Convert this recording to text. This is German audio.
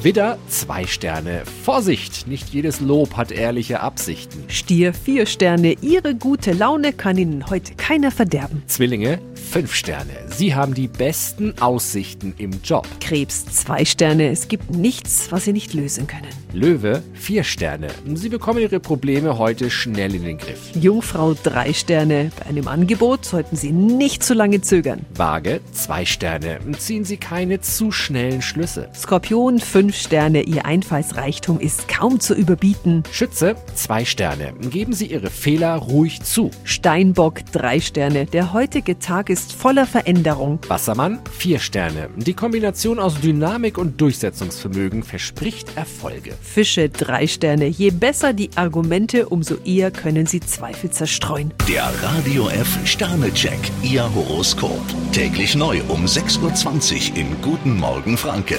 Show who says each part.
Speaker 1: Widder, zwei Sterne. Vorsicht, nicht jedes Lob hat ehrliche Absichten.
Speaker 2: Stier, vier Sterne. Ihre gute Laune kann Ihnen heute keiner verderben.
Speaker 1: Zwillinge, fünf Sterne. Sie haben die besten Aussichten im Job.
Speaker 2: Krebs, zwei Sterne. Es gibt nichts, was Sie nicht lösen können.
Speaker 1: Löwe, vier Sterne. Sie bekommen Ihre Probleme heute schnell in den Griff.
Speaker 2: Jungfrau, drei Sterne. Bei einem Angebot sollten Sie nicht zu lange zögern.
Speaker 1: Waage, zwei Sterne. Ziehen Sie keine zu schnellen Schlüsse.
Speaker 2: Skorpion, fünf Sterne. Ihr Einfallsreichtum ist kaum zu überbieten.
Speaker 1: Schütze, zwei Sterne. Geben Sie Ihre Fehler ruhig zu.
Speaker 2: Steinbock, drei Sterne. Der heutige Tag ist voller Veränderung.
Speaker 1: Wassermann, vier Sterne. Die Kombination aus Dynamik und Durchsetzungsvermögen verspricht Erfolge.
Speaker 2: Fische, drei Sterne. Je besser die Argumente, umso eher können Sie Zweifel zerstreuen.
Speaker 3: Der Radio F Sternecheck. Ihr Horoskop. Täglich neu um 6.20 Uhr im Guten Morgen Franken.